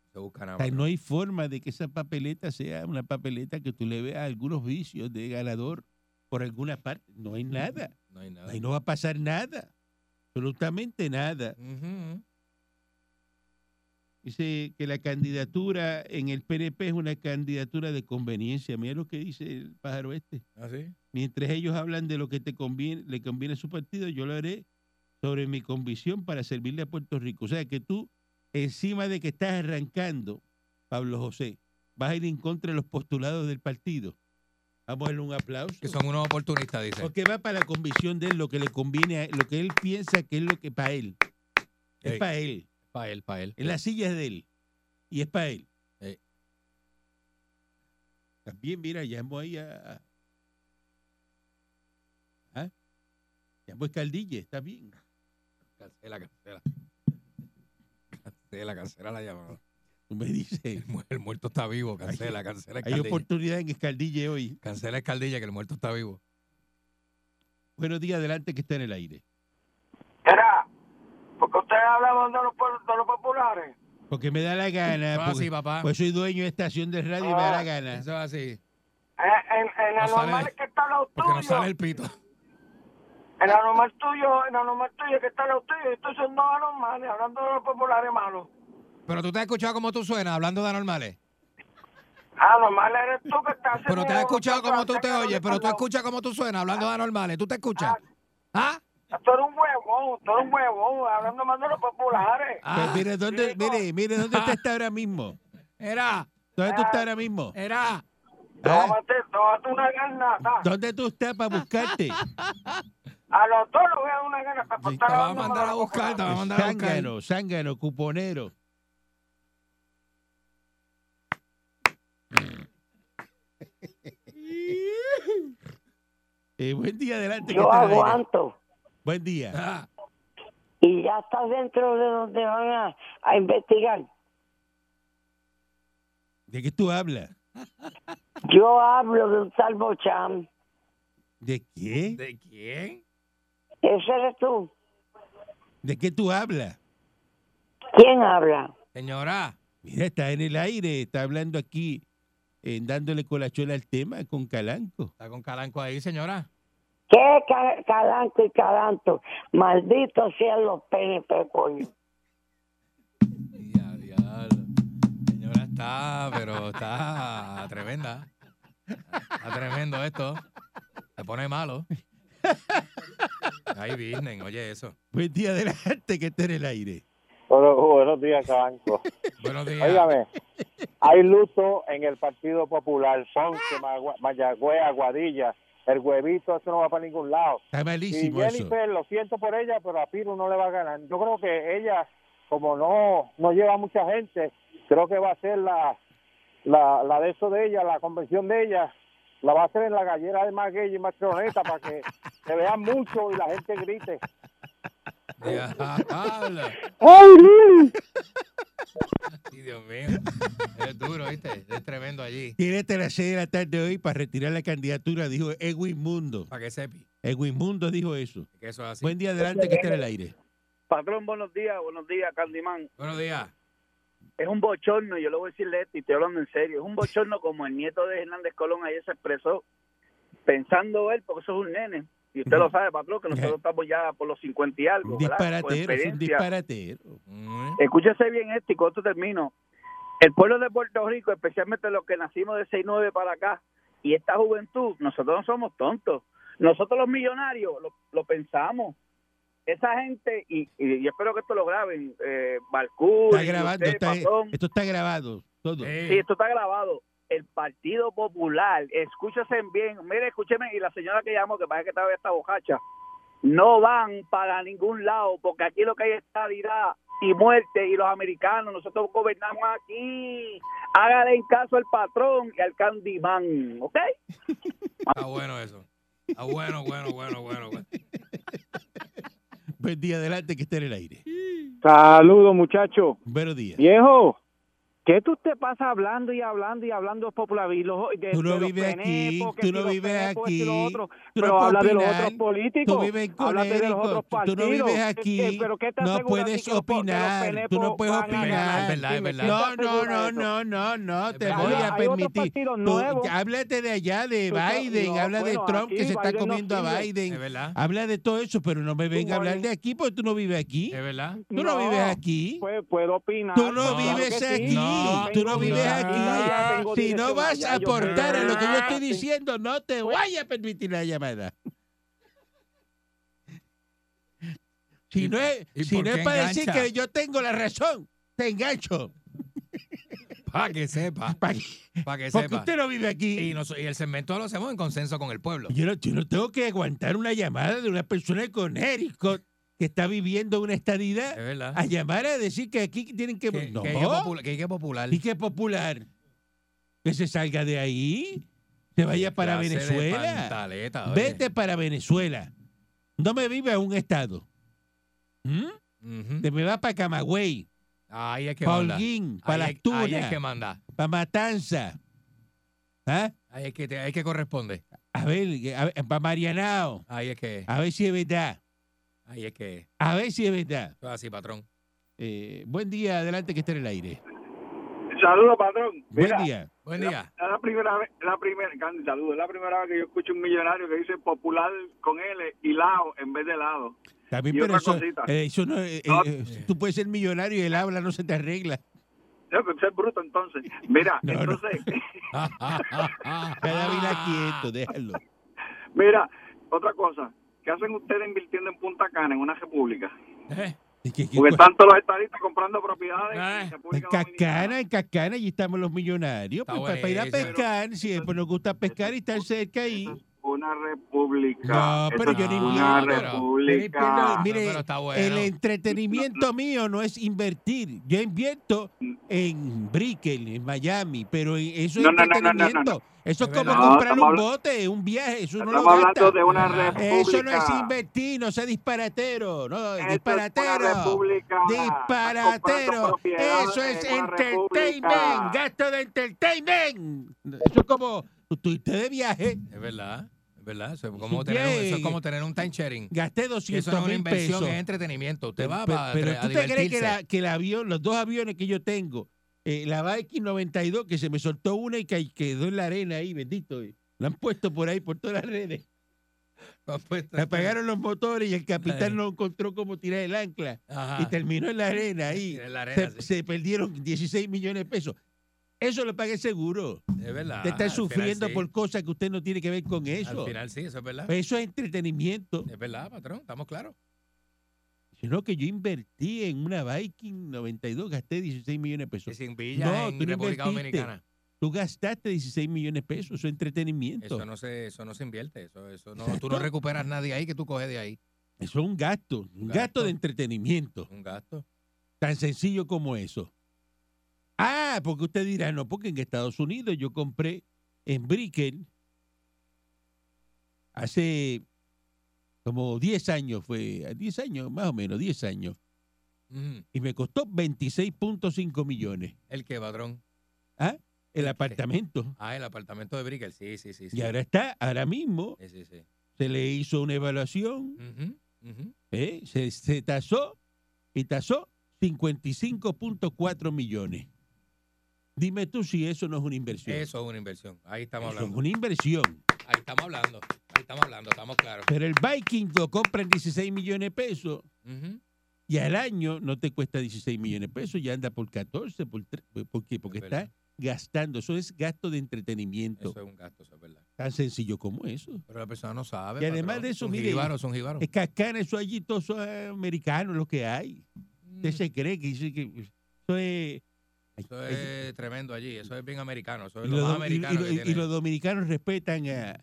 S4: No se busca nada.
S3: O sea,
S4: patrón.
S3: no hay forma de que esa papeleta sea una papeleta que tú le veas algunos vicios de ganador. por alguna parte. No hay nada.
S4: No hay nada.
S3: Ahí no va a pasar nada. Absolutamente nada.
S4: Ujú.
S3: Dice que la candidatura en el PNP es una candidatura de conveniencia. Mira lo que dice el pájaro este.
S4: ¿Ah, sí?
S3: Mientras ellos hablan de lo que te conviene, le conviene a su partido, yo lo haré sobre mi convicción para servirle a Puerto Rico. O sea que tú, encima de que estás arrancando, Pablo José, vas a ir en contra de los postulados del partido. Vamos a darle un aplauso.
S4: Que son unos oportunistas, dice.
S3: Porque va para la convicción de él, lo que le conviene, a, lo que él piensa que es lo que para él. Es
S4: Ey.
S3: para él.
S4: Para él, para él.
S3: En la silla es de él. Y es para él.
S4: Eh.
S3: También, mira, llamó ahí a. a- ¿Ah? Llamó a Escaldille, está bien.
S4: Cancela, cancela. Cancela, cancela la llamada.
S3: Tú me dices.
S4: El, mu- el muerto está vivo, cancela, cancela.
S3: Hay
S4: Escaldilla.
S3: oportunidad en Escaldille hoy.
S4: Cancela Escaldilla, que el muerto está vivo.
S3: Buenos días, adelante que está en el aire.
S6: Era, porque ustedes hablaban de los, pu- de los populares.
S3: Porque me da la gana.
S4: Eso es
S3: porque-
S4: así, papá. Ah,
S3: Pues soy dueño de estación de radio y me da la gana.
S4: Eso es así.
S6: En, Eh, en, en
S4: No sale-
S6: anormal que está lo
S4: Porque
S6: tuyo.
S4: no sale el pito.
S6: En anormal tuyo, en anormal tuyo que está lo tuyo. Y tú son dos anormales hablando de los populares malos.
S4: Pero tú te has escuchado cómo tú suenas, hablando de anormales.
S6: Anormal eres tú que estás
S4: Pero te has escuchado cómo tú te oyes, pero tú
S6: escuchas.
S4: escuchas cómo tú suenas, hablando de anormales. ¿Tú te escuchas? ¿Ah?
S6: Tú eres un huevón, tú eres un huevón, hablando más de los populares.
S4: Ah,
S3: Pues mire, ¿dónde,
S6: Chico.
S3: mire, mire, ¿dónde usted está ahora mismo?
S4: Era, Ah,
S3: ¿Dónde tú estás ahora mismo?
S4: era.
S3: ¿Ah?
S6: Tómate, tómate una garnata.
S3: ¿Dónde tú estás para buscarte?
S4: *laughs*
S6: A los dos les voy a dar una garnata. por
S3: Sí,
S6: estar
S4: te va a
S6: hablando
S4: mandar
S6: más de
S4: a
S6: los
S4: buscar, te va a mandar a buscar.
S3: Zángano, zángano, cuponero. *laughs* Eh, buen día, adelante. que
S7: Yo
S3: está al aire.
S7: aguanto.
S3: Buen día.
S4: Ah,
S7: Y ya está dentro de donde van a, a investigar.
S3: ¿De qué tú hablas?
S7: Yo hablo de un tal Bocham.
S3: ¿De qué?
S4: ¿De quién?
S7: Ese eres tú.
S3: ¿De qué tú hablas?
S7: ¿Quién habla?
S4: Señora,
S3: Mira, está en el aire, está hablando aquí, eh, dándole colachola al tema con Calanco.
S4: está con Calanco ahí, señora.
S7: ¿Qué ca- calanco y calanto? Malditos sean los PNP, coño.
S4: Ya, diablo. Señora está, pero está tremenda. Está tremendo esto. Se pone malo. Ay, Disney, oye eso.
S3: Buen día, adelante, que está en el aire.
S8: Bueno, buenos días, Cabanco.
S4: Buenos días.
S8: Óigame, hay luto en el Partido Popular, Ponce, Magua- Mayagüez, Aguadilla. El huevito, eso no va para ningún lado.
S3: Está
S8: Y
S3: malísimo eso.
S8: Jennifer, lo siento por ella, pero a Piro no le va a ganar. Yo creo que ella, como no, no lleva mucha gente, creo que va a ser la, la, la de eso de ella, la convención de ella, la va a hacer en la gallera de Maguey y Matroneta para *laughs* que se vean mucho y la gente grite.
S4: Diablo.
S7: ¡Ay, Luis!
S4: Ay, Dios mío. Es duro, ¿viste? Es tremendo allí.
S3: Tiene hasta las 6 de la tarde hoy para retirar la candidatura, dijo Edwin Mundo.
S4: Para que sepi.
S3: Edwin Mundo dijo eso.
S4: Que eso es así.
S3: Buen día, adelante, que está en el aire.
S9: Patrón, buenos días, buenos días, Candimán.
S4: Buenos días.
S9: Es un bochorno, yo lo voy a decirle esto y estoy hablando en serio. Es un bochorno como el nieto de Hernández Colón ayer se expresó, pensando él, porque eso es un nene. Y usted lo sabe, patrón, que nosotros estamos ya por los 50 y algo.
S3: Un
S9: ¿verdad? Con
S3: disparatero, es un
S9: experiencia.
S3: disparatero.
S4: Mm.
S9: Escúchese bien esto y con esto termino. El pueblo de Puerto Rico, especialmente los que nacimos de 6-9 para acá, y esta juventud, nosotros no somos tontos. Nosotros los millonarios lo, lo pensamos. Esa gente, y, y yo espero que esto lo graben, eh, Balcú,
S3: Está grabando, está- esto está grabado, todo.
S9: Sí, esto está grabado. El Partido Popular, escúchense bien, mire, escúcheme, y la señora que llamó, que parece que estaba esta bocacha, no van para ningún lado, porque aquí lo que hay es estabilidad y muerte, y los americanos, nosotros gobernamos aquí. Hágale en caso al patrón y al candimán, ¿ok?
S4: Está bueno eso. Está bueno, bueno, bueno, bueno. bueno.
S3: Buen día, adelante, que está en el aire.
S8: Saludos, muchachos.
S3: Buenos días.
S8: Viejo, ¿Qué tú te pasas hablando y hablando y hablando popular? Y los, de-
S3: Tú no
S8: de los
S3: vives aquí,
S8: PNP, que
S3: tú
S8: si
S3: no
S8: los
S3: vives
S8: PNP, que si los
S3: aquí,
S8: otros.
S3: tú no
S8: pero
S3: puedes
S8: habla de los
S3: opinar,
S8: otros políticos.
S3: Tú vives en
S8: habla de los otros
S3: Connecticut, tú no
S8: partidos.
S3: vives
S8: Eh,
S3: aquí,
S8: pero ¿qué te
S3: no
S8: asegura a ti
S3: puedes
S8: que los- que los
S3: opinar,
S8: PNP
S3: tú no puedes
S8: van a ganar?
S3: opinar.
S4: Es verdad, es
S8: Dime, ¿qué
S4: verdad.
S8: te
S3: No,
S8: asegura
S3: no,
S8: eso?
S3: no, no, no, no, te
S4: Hay-
S3: voy
S4: hay
S3: a
S4: otros
S3: permitir.
S8: partidos
S3: Tú-
S8: nuevos.
S3: háblate de allá, de
S8: Tú sabes-
S3: Biden,
S8: no,
S3: habla
S8: bueno,
S3: de Trump que
S8: aquí
S3: se está
S8: Biden no
S3: comiendo a
S8: sirve.
S4: Es
S3: Biden.
S4: verdad,
S3: Habla de todo eso, pero no me venga a hablar de aquí porque tú no vives aquí.
S4: es verdad.
S3: Tú no,
S8: No,
S3: vives aquí.
S8: Pues, puedo opinar.
S3: Tú no
S4: No,
S3: vives
S8: claro que
S3: aquí,
S8: sí.
S4: No,
S3: tú no
S8: Tengo
S3: vives
S8: vida
S3: aquí.
S8: allá, tengo
S3: Si no
S8: dirección
S3: vas
S8: allá,
S3: a
S8: yo Pues
S3: aportar a lo que yo estoy
S8: tengo-
S3: diciendo, no te voy a permitir la llamada. Si
S4: ¿Y-
S3: no es,
S4: y
S3: si
S4: por
S3: no
S4: qué
S3: es para decir
S4: engancha?
S3: que yo tengo la razón, te engancho.
S4: Para que sepa,
S3: *laughs* Pa' que-
S4: para
S3: Porque
S4: que sepa.
S3: usted no vive
S4: Y,
S3: aquí.
S4: nos- y el segmento lo hacemos en consenso con el pueblo.
S3: Yo no, yo no tengo que aguantar una llamada de una persona de Connecticut que está viviendo una
S4: Es
S3: estadidad
S4: verdad.
S3: a llamar a decir que aquí tienen que...
S4: Que,
S3: pues, no.
S4: que hay que popul- que hay que popular.
S3: Y que popular. Que se salga de ahí, se vaya para
S4: Clase de
S3: Venezuela.
S4: pantaleta, oye.
S3: Vete para Venezuela. No me vive a un estado. ¿Mm?
S4: Ujú.
S3: Te me va para Camagüey,
S4: Ahí es que
S3: para
S4: manda.
S3: Holguín, para
S4: ahí,
S3: Las
S4: es- ahí es
S3: Tunas,
S4: que manda.
S3: para Matanza. ¿Ah?
S4: Ahí es que, te- ahí es que corresponde.
S3: A ver, a ver, para Marianao.
S4: Ahí es que.
S3: A ver si es verdad.
S4: Ahí es que.
S3: A ver si es verdad.
S4: eso es Así, patrón.
S3: Eh, buen día, adelante que esté en el aire.
S6: Saludos, patrón.
S3: Buen día.
S4: Buen día.
S6: Es la primera vez, la primera, Candy, saludos, es la primera vez que yo escucho un millonario que dice popular con L y lao en vez de lado.
S3: También,
S6: y
S3: pero
S6: otra
S3: eso,
S6: cosita.
S3: eh, eso no, eh,
S6: No.
S3: eh, eh, tú puedes ser millonario y el habla no se te arregla.
S6: Debe ser bruto entonces. Mira,
S3: *laughs* No, no.
S6: entonces, *laughs*
S3: *laughs* Cada vida quieto, déjalo.
S6: mira, otra cosa. ¿Qué hacen ustedes invirtiendo en Punta Cana, en una república?
S4: Eh,
S3: Es que- que-
S6: Porque están todos los estadistas comprando propiedades
S4: Ah,
S6: en
S3: en
S6: República
S3: Cascana,
S6: Dominicana.
S3: en Cascana, allí estamos los millonarios.
S4: Está
S3: pues, para ir a
S4: buenísimo.
S3: pescar, si después nos gusta pescar y estar cerca ahí.
S6: Eso es Una república.
S3: No,
S6: Eso
S3: pero
S6: es
S3: yo
S6: Una
S3: no
S4: invierto, pero-
S3: pero-
S6: república.
S3: Mire,
S4: pero está bueno.
S3: El entretenimiento mío no es invertir. Yo invierto en Brickell, en Miami, pero en- eso es
S6: No, no, no, no, no, no,
S3: entretenimiento. Eso es
S4: Es
S3: como
S4: verdad.
S3: comprar
S6: No,
S3: un
S6: estamos
S3: bote, un viaje. Eso no lo
S6: Estamos hablando
S3: gasta.
S6: de una
S4: Eso
S6: república.
S3: Eso no es invertir, no sea disparatero. No,
S6: Eso es una
S3: disparatero.
S6: república. Comprando
S3: Disparatero.
S6: propiedades
S3: Eso es
S6: en una
S3: entertainment.
S6: república.
S3: Gasto de entertainment. Eso es como estuviste de viaje,
S4: Es verdad. Es verdad. Eso es como tener, un- eso es como tener un time sharing.
S3: gasté
S4: Eso no
S3: 200
S4: es una
S3: mil
S4: inversión,
S3: pesos.
S4: es entretenimiento. Usted va
S3: Pe-
S4: para
S3: pero
S4: a
S3: tú te crees que,
S4: divertirse. *laughs*
S3: la- que el avión, los dos aviones que yo tengo, eh, la Viking 92, que se me soltó una y que quedó en la arena ahí, bendito. eh, La han puesto por ahí, por todas las redes. Le apagaron los motores y el capitán
S4: Ay. Ah.
S3: no encontró cómo tirar el ancla.
S4: Ajá.
S3: y terminó en la arena ahí.
S4: En la arena,
S3: Se,
S4: sí.
S3: se perdieron 16 millones de pesos. Eso lo paga el seguro.
S4: Es verdad.
S3: Te están
S4: Ah, al final
S3: sufriendo
S4: sí.
S3: por cosas que usted no tiene que ver con eso.
S4: Al final sí, eso es verdad.
S3: Eso es entretenimiento.
S4: Es verdad, patrón, estamos claros.
S3: Sino que yo invertí en una Viking 92, gasté 16 millones de
S4: Y
S3: pesos.
S4: sin villas
S3: No,
S4: en
S3: tú no
S4: República
S3: invertiste.
S4: Dominicana.
S3: Tú gastaste 16 millones de pesos, eso es entretenimiento.
S4: Eso no se, eso no se invierte. Eso, eso no,
S3: Exacto.
S4: tú no recuperas nadie ahí que tú coges de ahí.
S3: Eso es un gasto, un gasto.
S4: gasto.
S3: de entretenimiento.
S4: Un gasto.
S3: Tan sencillo como eso. Ah, porque usted dirá, no, porque en Estados Unidos yo compré en Brickell hace como 10 años, fue 10 años, más o menos, 10 años,
S4: Ujú.
S3: y me costó 26.5 millones
S4: El que, patrón.
S3: el
S4: Sí.
S3: apartamento.
S4: Ah, el apartamento de Brickell. Sí, sí, sí. sí.
S3: Y ahora está, ahora mismo
S4: Sí, sí, sí.
S3: se le hizo una evaluación,
S4: Ujú, ujú.
S3: ¿eh? se, se tasó y tasó 55.4 millones. Dime tú si eso no es una inversión.
S4: Eso es una inversión. Ahí estamos
S3: Eso es
S4: hablando.
S3: una inversión.
S4: Ahí estamos hablando. Ahí estamos hablando, estamos claros.
S3: Pero el Viking lo compra en 16 millones de pesos
S4: Ujú.
S3: y al año no te cuesta 16 millones de pesos, ya anda por 14, por, tre- ¿por qué? Porque
S4: Es
S3: está
S4: verdad.
S3: gastando. Eso es gasto de entretenimiento.
S4: Eso es un gasto, eso es verdad.
S3: Tan sencillo como eso.
S4: Pero la persona no sabe.
S3: Y además
S4: patrón.
S3: de eso,
S4: son
S3: mire,
S4: jíbaros, son jíbaros.
S3: Es que acá en eso allí todos son americanos lo que hay. Usted se cree que dice que eso es...
S4: Mm. Eso es tremendo allí, eso es bien americano, eso
S3: y,
S4: es lo,
S3: los,
S4: más
S3: do- y- y-
S4: americano que
S3: y- y
S4: tiene.
S3: los dominicanos respetan a,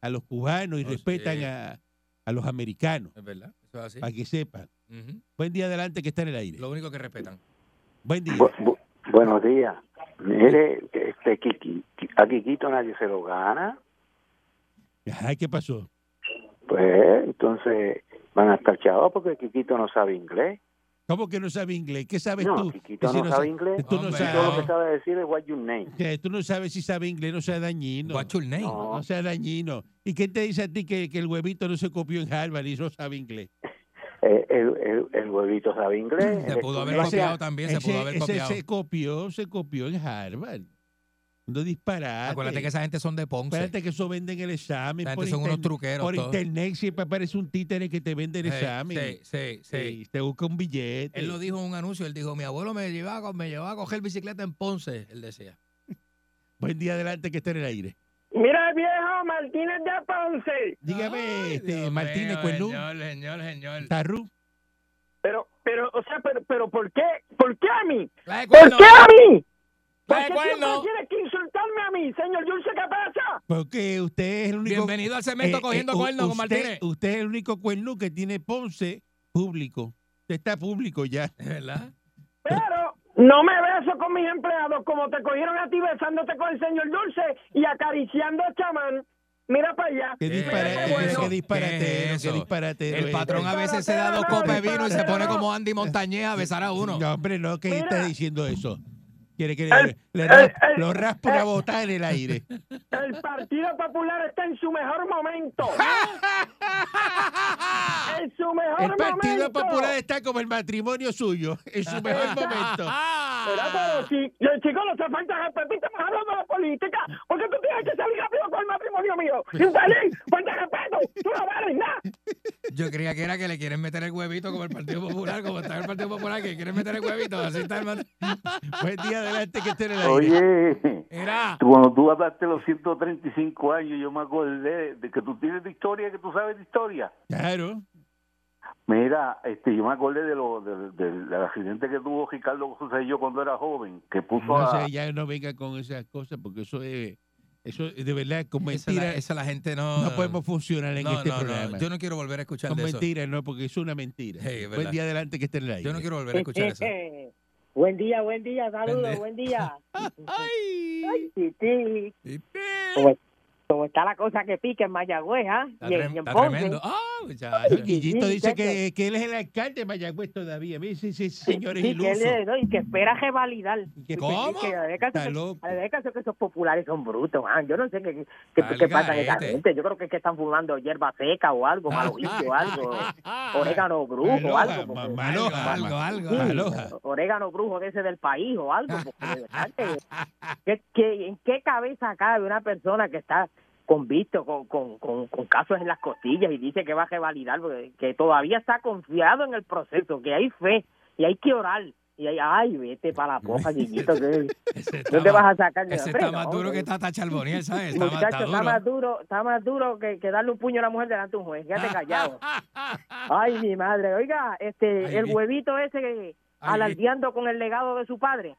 S3: a los cubanos y
S4: Oh,
S3: respetan
S4: sí.
S3: a, a los americanos,
S4: Es verdad, eso es así.
S3: para que sepan.
S4: Ujú.
S3: Buen día adelante que está en el aire.
S4: Lo único que respetan.
S3: Buen día.
S10: Bu- bu- buenos días. Mire, este, Kiki- a Quiquito nadie se lo gana.
S3: Ajá, ¿qué pasó?
S10: Pues entonces van a estar chavos porque Quiquito no sabe inglés.
S3: ¿Cómo que no sabe inglés? ¿Qué sabes
S9: No,
S3: Pues tú?
S9: Quiquito
S3: Que si
S9: no sabe inglés.
S3: Tú no
S4: Hombre,
S3: sabes.
S9: Todo lo que sabe decir es what your name.
S3: que Tú no sabes si sabe inglés, no sea dañino.
S4: What's your name?
S9: No,
S3: No sea dañino. ¿Y quién te dice a ti que, que el huevito no se copió en Harvard y no sabe inglés?
S9: eh, el, el- el huevito sabe inglés.
S8: eh,
S4: Se
S9: el
S4: pudo haber
S9: estudiante-
S4: copiado también, se pudo haber
S3: ese
S4: copiado.
S3: se copió, se copió en Harvard. No disparate.
S4: Acuérdate que esa gente son de Ponce.
S3: Espérate que eso venden el examen.
S4: Esa gente
S3: por
S4: son unos
S3: internet-
S4: truqueros.
S3: Por
S4: todos. Eh,
S3: internet siempre aparece un títere que te vende el examen.
S4: Sí, sí, sí, sí.
S3: Sí, te busca un billete.
S4: Él lo dijo en un anuncio, él dijo, mi abuelo me llevaba, a co- me llevaba a coger bicicleta en Ponce, él decía.
S3: Buen día adelante que esté en el aire.
S11: Mira, viejo, Martínez de Ponce.
S3: Dígame,
S4: Ay,
S3: este,
S4: Dios
S3: Martínez
S4: mío,
S3: Cuernú,
S4: Señor, señor, señor.
S3: Tarru.
S11: Pero, pero, o sea, pero, pero, ¿por qué? ¿Por qué a mí?
S4: La de
S11: ¿Por
S4: cuerno,
S11: qué a mí? ¿Por
S4: la de
S11: qué
S4: cuerno.
S11: siempre tienes que insultarme a mí, señor? Yo no sé qué pasa.
S3: Porque usted es el único.
S4: Bienvenido al cemento
S3: eh,
S4: cogiendo
S3: eh, u-
S4: cuerno
S3: usted-
S4: con Martínez.
S3: Usted es el único cuernú que tiene Ponce público. Usted está público ya.
S4: ¿Verdad?
S11: Pero no me beso con mis empleados como te cogieron a ti besándote con el señor Dulce y acariciando a chamán. Mira para allá.
S3: Qué
S4: Eh,
S3: disparate,
S11: bueno.
S3: qué
S11: ¿Qué
S3: disparate,
S4: es
S3: qué
S4: eso?
S3: disparate.
S4: El patrón a veces se da dos
S11: Disparatero,
S4: copas de vino y se pone
S11: disparatero.
S4: como Andy Montañez a besar a uno.
S3: No, hombre, no, que
S11: Mira.
S3: está diciendo eso. Quiere que le,
S11: El-
S3: le
S11: el-
S3: ras-
S11: el-
S3: lo raspa una
S11: el-
S3: botada en
S11: *laughs*
S3: el aire.
S11: El Partido Popular está en su mejor momento. en su mejor
S3: El Partido
S11: momento.
S3: Popular está como el matrimonio suyo, en su
S4: *laughs*
S3: mejor momento.
S11: Mira, pero si, yo, chicos, no se falta respeto, estamos hablando de la política. ¿Por qué tú tienes que salir rápido con el matrimonio mío? ¡Infeliz! ¡Falta respeto! ¡Tú no vales nada!
S4: Yo creía que era que le quieren meter el huevito como el Partido Popular, como está el Partido Popular, que quieren meter el huevito. Así está el man-
S3: *laughs* Buen día adelante que esté en el aire.
S9: Oye,
S4: Era.
S9: tú- cuando tú hablaste los 135 años, yo me acordé de que tú tienes de historia, que tú sabes de historia.
S3: Claro.
S9: Mira, este, yo me acordé de lo, de- de- del accidente que tuvo Ricardo Rosselló cuando era joven, que puso
S3: No
S9: a...
S3: sé, ya no venga con esas cosas porque eso es, eso es de verdad con
S4: Esa la,
S3: mentiras.
S4: esa la gente no.
S3: Pues No podemos funcionar en
S4: no,
S3: este
S4: no, no,
S3: programa.
S4: Yo no quiero volver a escuchar
S3: con
S4: de eso.
S3: mentiras, no, porque es una mentira.
S4: Sí, es
S3: Buen
S4: verdad.
S3: día adelante que esté en el aire.
S4: Yo no quiero
S8: *laughs*
S4: volver a escuchar eso.
S8: Buen día, buen
S4: Buen día.
S8: día, saludos, buen día.
S4: *laughs* Ay.
S8: Titi,
S4: Está
S8: como, como está la cosa que pica en Mayagüez, ¿ah? Y en-
S4: trem-
S8: y en
S4: está
S8: Ponce.
S4: tremendo. Ah, muchacho.
S3: Oye, Guillito
S8: sí,
S3: dice
S8: ya
S3: que, que él es el alcalde de Mayagüez todavía. Mire, ese, ese señor es
S8: Sí, que él
S3: iluso.
S8: es- no, y que espera revalidar.
S3: Que-
S4: ¿Cómo?
S8: Que a ver caso
S3: Está
S8: que-
S3: loco.
S8: a ver caso que esos populares son brutos. ah, Yo no sé qué, qué,
S4: Al
S8: qué pasa en esa
S4: garete.
S8: gente. Yo creo que, es que están fumando hierba seca o
S4: *laughs*
S8: algo, malojillo o algo, eh, orégano brujo o
S3: Maloja,
S8: algo.
S3: ma-
S8: porque-
S3: maloja,
S4: algo,
S3: ma-
S4: algo,
S8: Sí,
S3: maloja.
S8: orégano brujo de ese del país o algo. Porque de verdad que- que- que- ¿En qué cabeza cabe una persona que está convicto con, con, con, con casos en las costillas y dice que va a revalidar, porque- que todavía está confiado en el proceso, que hay fe y hay que orar? Y hay, ay, vete para
S4: *laughs*
S8: la poca, Guillito, que
S4: Ese está
S8: no te
S4: más-
S8: vas a sacar de
S4: Ese
S8: hombre,
S4: está más
S8: no,
S4: duro que
S8: hombre.
S4: Tata Charboniel, ¿sabes? Está, más- está
S8: Muchacho, está,
S4: duro. *laughs*
S8: más duro, está más duro que, que darle un puño a una mujer delante de un juez. Quédate
S3: *laughs*
S8: callado. Ay, mi madre. Oiga, este,
S4: Ay,
S8: el
S4: vi-
S8: huevito ese que
S4: Ay,
S8: alardeando con el legado de su padre,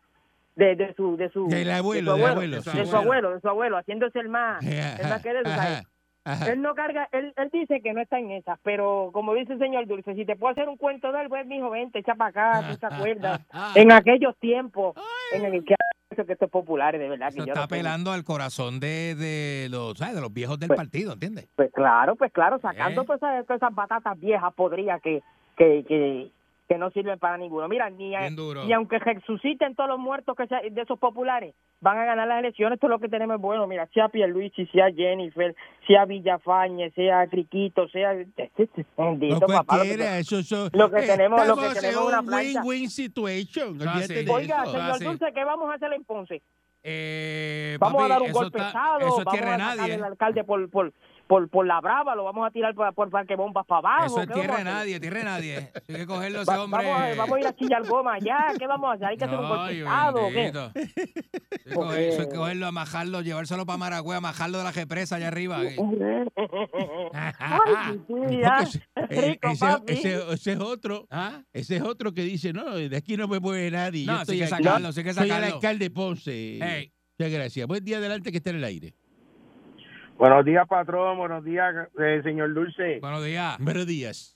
S8: de, de su, de su,
S3: Del abuelo,
S8: de
S3: del abuelo,
S8: su abuelo,
S3: sí,
S8: de
S3: sí.
S8: su abuelo, de su abuelo, haciéndose el más, el
S3: Ajá,
S8: más que de sus
S3: ajá, ajá.
S8: Él no carga, él, él dice que no está en esas, pero como dice el señor Dulce, si te puedo hacer un cuento de él, pues, mijo, vente, echa para acá,
S3: *laughs*
S8: tú te acuerdas. En aquellos tiempos, en el que eso que esto es popular, de verdad.
S4: Eso
S8: que yo
S4: está
S8: no sé.
S4: apelando al corazón de, de los, ¿sabes? de los viejos del
S8: Pues-
S4: partido, ¿entiendes?
S8: Pues claro, pues claro, sacando
S4: Eh.
S8: todas esas, todas esas batatas viejas podrías que, que, que, que no sirven para ninguno. Mira, ni, a-
S4: Bien duro.
S8: ni aunque resuciten todos los muertos que sea- de esos populares, van a ganar las elecciones, esto es lo que tenemos es bueno. Mira, sea Pierluisi, sea Jennifer, sea Villafañe, sea Criquito, sea... *laughs*
S3: No
S8: Bendito, papá, lo que
S3: cualquiera, eso, eso-
S8: lo que tenemos- lo que
S3: estamos en
S8: tenemos es una
S3: un
S8: plancha.
S3: win-win situation.
S4: Ah,
S3: olvídate
S4: sí.
S3: de
S8: Oiga,
S3: eso.
S8: señor
S4: Ah, sí.
S8: Dulce, ¿qué vamos a hacer en Ponce?
S4: Eh,
S8: Vamos
S4: papi,
S8: a dar un
S4: eso
S8: golpe
S4: está-
S8: pesado,
S4: Eso es
S8: vamos
S4: tierra de
S8: a sacar
S4: nadie. ¿eh?
S8: al alcalde por, por, por, por la brava, lo vamos a tirar por, por parque bombas para abajo.
S4: Eso es
S8: ¿qué vamos
S4: tierra
S8: a
S4: de
S8: hacer?
S4: nadie, tierra de nadie. ¿eh? Hay que cogerlo a ese
S8: Va-
S4: hombre.
S8: Vamos, a, vamos a ir a chillar goma allá. ¿Qué vamos a hacer? Hay que hacer un golpe
S4: Ay,
S8: pesado, ¿o qué?
S4: bendito. Hay que coger- Eso es cogerlo, amajarlo, llevárselo para Maragüe, amajarlo de la represa allá
S8: *laughs*
S4: arriba.
S8: *laughs*
S4: ¿eh?
S8: Ay, sí, ya.
S3: Porque ese-
S4: eh,
S8: Rico,
S3: ese-
S8: papi.
S3: ese- ese es otro.
S4: *laughs* ¿Ah?
S3: Ese es otro que dice, no, de aquí no me mueve nadie.
S4: No,
S3: yo
S4: sí
S3: estoy
S4: que
S3: aquí,
S4: sacarlo, sí que
S3: soy el
S4: sacarlo.
S3: alcalde de Ponce.
S4: Ey.
S3: Muchas gracias. Buen día adelante que está en el aire.
S12: Buenos días, patrón. Buenos días, eh, señor Dulce.
S4: Ah. Buenos días.
S3: Buenos días.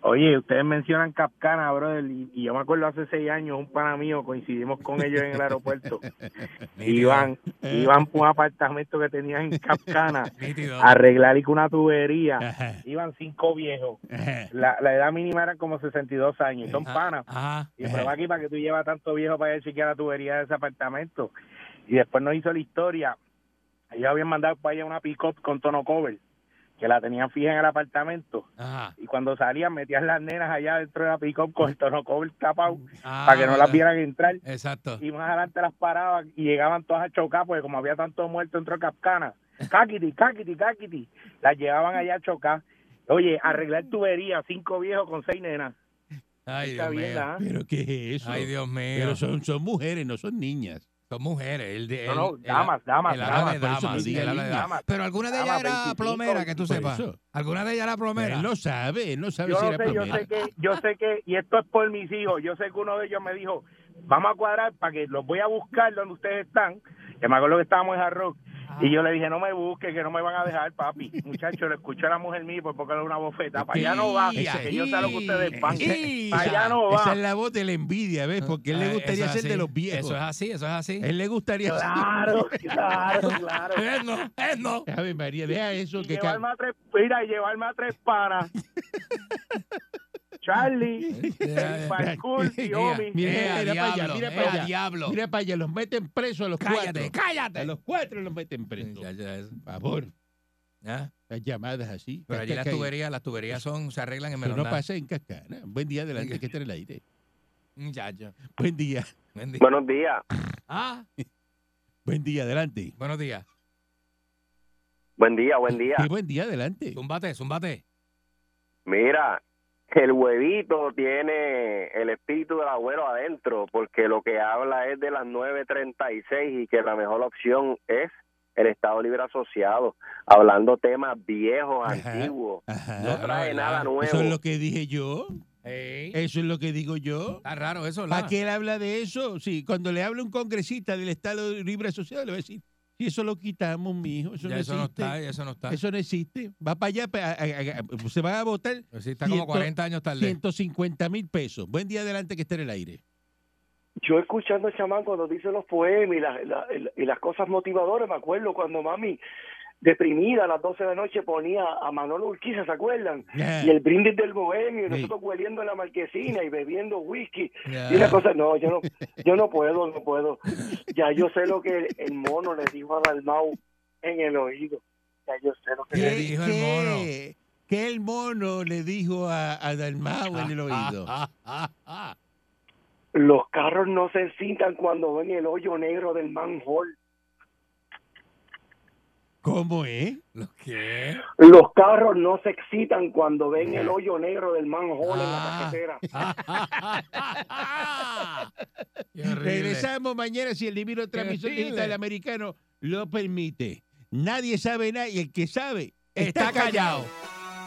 S8: Oye, ustedes mencionan Capcana, brother, y, y yo me acuerdo hace seis años, un pana mío, coincidimos con ellos en
S4: *laughs*
S8: el aeropuerto. iban, iban por un apartamento que tenían
S4: *laughs*
S8: en Capcana
S4: Nítido.
S8: a arreglar y que una
S4: Ah. *laughs*
S8: tubería. Iban cinco viejos. La, la edad mínima era como 62 años. y Son panas.
S4: Ajá.
S8: Y pero va aquí para que tú llevas tanto viejo para ir a chequear la tubería de ese apartamento. Y después nos hizo la historia. Ellos habían mandado para allá una pick-up con tono cover, que la tenían fija en el apartamento.
S4: Ajá.
S8: Y cuando salían, metían las nenas allá dentro de la pick-up con el tono cover tapado
S4: Ah,
S8: para que no las
S4: ¿verdad?
S8: vieran entrar.
S4: Exacto.
S8: Y más adelante las paraban y llegaban todas a chocar, porque como había tanto muerto dentro de Capcana, cáquiti, cáquiti, cáquiti, las llevaban allá a chocar. Oye, arreglar tubería, cinco viejos con seis nenas.
S4: Ay, Dios
S8: Está bien,
S4: mío.
S8: ¿ah?
S3: ¿Pero qué es eso?
S4: Ay, Dios mío.
S3: Pero son, son mujeres, no son niñas.
S4: Son mujeres. El, de-
S8: No,
S4: el-
S8: no,
S4: el-
S8: damas, damas,
S4: el habla de
S8: damas.
S3: por eso
S4: damas,
S3: me
S4: sí,
S3: diga
S4: el habla de
S3: niña.
S4: damas. Pero alguna de ellas
S8: Damas,
S4: era
S8: 25,
S4: plomera, que tú
S3: por
S4: sepas.
S3: eso.
S4: Alguna de ellas era
S3: Pero
S4: plomera.
S3: él no sabe, él no sabe
S8: Yo
S3: si
S8: lo
S3: era
S8: sé, yo
S3: plomera.
S8: sé que, yo sé que, y esto es por mis hijos, yo sé que uno de ellos me dijo, vamos a cuadrar para que los voy a buscar donde ustedes están, que me acuerdo que estábamos en Hard Rock, y yo le dije, no me busques, que no me van a dejar,
S3: *laughs*
S8: papi. Muchacho, lo escuchó a la mujer mía, pues porque le dio una bofeta, para allá no va,
S4: Ese-
S8: que yo sé lo que ustedes van,
S4: ese-
S8: para allá no
S3: Esa
S8: va.
S3: es la voz de la envidia, ¿ves? Porque él le
S4: Ah,
S3: gustaría
S4: eso es
S3: ser de
S4: así.
S3: los viejos. Eh,
S4: Eso es así, eso es así.
S3: Él le gustaría ser-
S8: Claro, *laughs* claro,
S3: *laughs*
S8: claro.
S4: Eh, *laughs* no, eh, no.
S3: Ave María, deja eso
S8: Y
S3: que *laughs* ca-
S8: llevarme a tres, mira, y llevarme a tres
S3: *laughs*
S8: panas. Charlie,
S4: Eh,
S8: Parkour y Omi.
S3: *laughs* Mira,
S4: Eh,
S3: mira para allá, mira
S4: diablo, eh,
S3: para allá.
S4: diablo.
S3: Mira para allá, los meten presos a los
S4: Cállate,
S3: cuatro.
S4: cállate.
S3: A los cuatro los meten presos.
S4: Ya, ya, eso.
S3: Por favor,
S4: Ah,
S3: las llamadas así.
S4: Pero allí las
S3: Cascay-
S4: tuberías, las tuberías son, se arreglan en
S3: Eso
S4: menos
S3: no
S4: nada.
S3: pasa en Cascana. Buen día, adelante, que está en el aire.
S4: Ya, ya.
S3: Buen día,
S4: Buen día.
S8: Buenos días,
S4: Ah,
S3: buen día, adelante.
S4: buenos días.
S8: buen día, buen día.
S3: Sí, buen día, adelante.
S4: Zumbate, zumbate.
S8: Mira, el huevito tiene el espíritu del abuelo adentro, porque lo que habla es de las 9.36 y que la mejor opción es el Estado Libre Asociado, hablando temas viejos,
S3: Ajá.
S8: antiguos.
S3: Ajá.
S8: No trae nada nuevo.
S3: Eso es lo que dije yo.
S4: Ey,
S3: Eso es lo que digo yo.
S4: Está raro eso, ¿verdad?
S3: ¿Para qué él habla de eso? Sí, cuando le habla un congresista del Estado Libre Asociado, le va a decir, si eso lo quitamos, mijo, eso
S4: Ya,
S3: no
S4: eso
S3: existe.
S4: no está, ya eso no está.
S3: Eso no existe. Va para allá, pa- a- a- a- se van a votar
S4: Pero sí está como
S3: ciento-
S4: 40 años tarde.
S3: 150 mil pesos. Buen día adelante que esté en el aire.
S10: Yo escuchando a Chamán cuando dice los poemas y las, la- el- y las cosas motivadoras, me acuerdo cuando mami, deprimida a las 12 de la noche, ponía a Manolo Urquiza, ¿se acuerdan?
S3: Ya.
S10: Y el brindis del bohemio, y
S3: Sí.
S10: nosotros hueliendo en la marquesina y bebiendo whisky.
S4: Ya.
S10: Y una cosa, no, yo no, yo no puedo, no puedo. Ya yo sé lo que el, el mono le dijo a Dalmau en el oído. Ya yo sé lo que
S4: ¿Qué
S10: le
S3: ¿Qué-
S4: dijo el
S3: qué- qué el mono le dijo a, a Dalmau en el oído?
S4: Ah, ah, ah,
S10: Los carros no se excitan cuando ven el hoyo negro del manhole.
S3: ¿Cómo
S4: *laughs*
S3: es?
S4: *laughs*
S3: *laughs*
S4: ¿Lo qué?
S10: Los carros no se excitan cuando ven el hoyo negro del manhole en la
S4: Ah.
S10: carretera.
S4: Ah, ah, ah, ah, ah. Qué horrible.
S3: Regresamos mañana si el divino transmisor
S4: horrible.
S3: digital americano lo permite. Nadie sabe nada y el que sabe
S4: Está callado.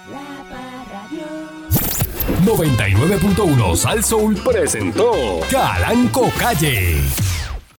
S2: La Parradio.
S1: 99.1 Sal Soul presentó Calanco Calle.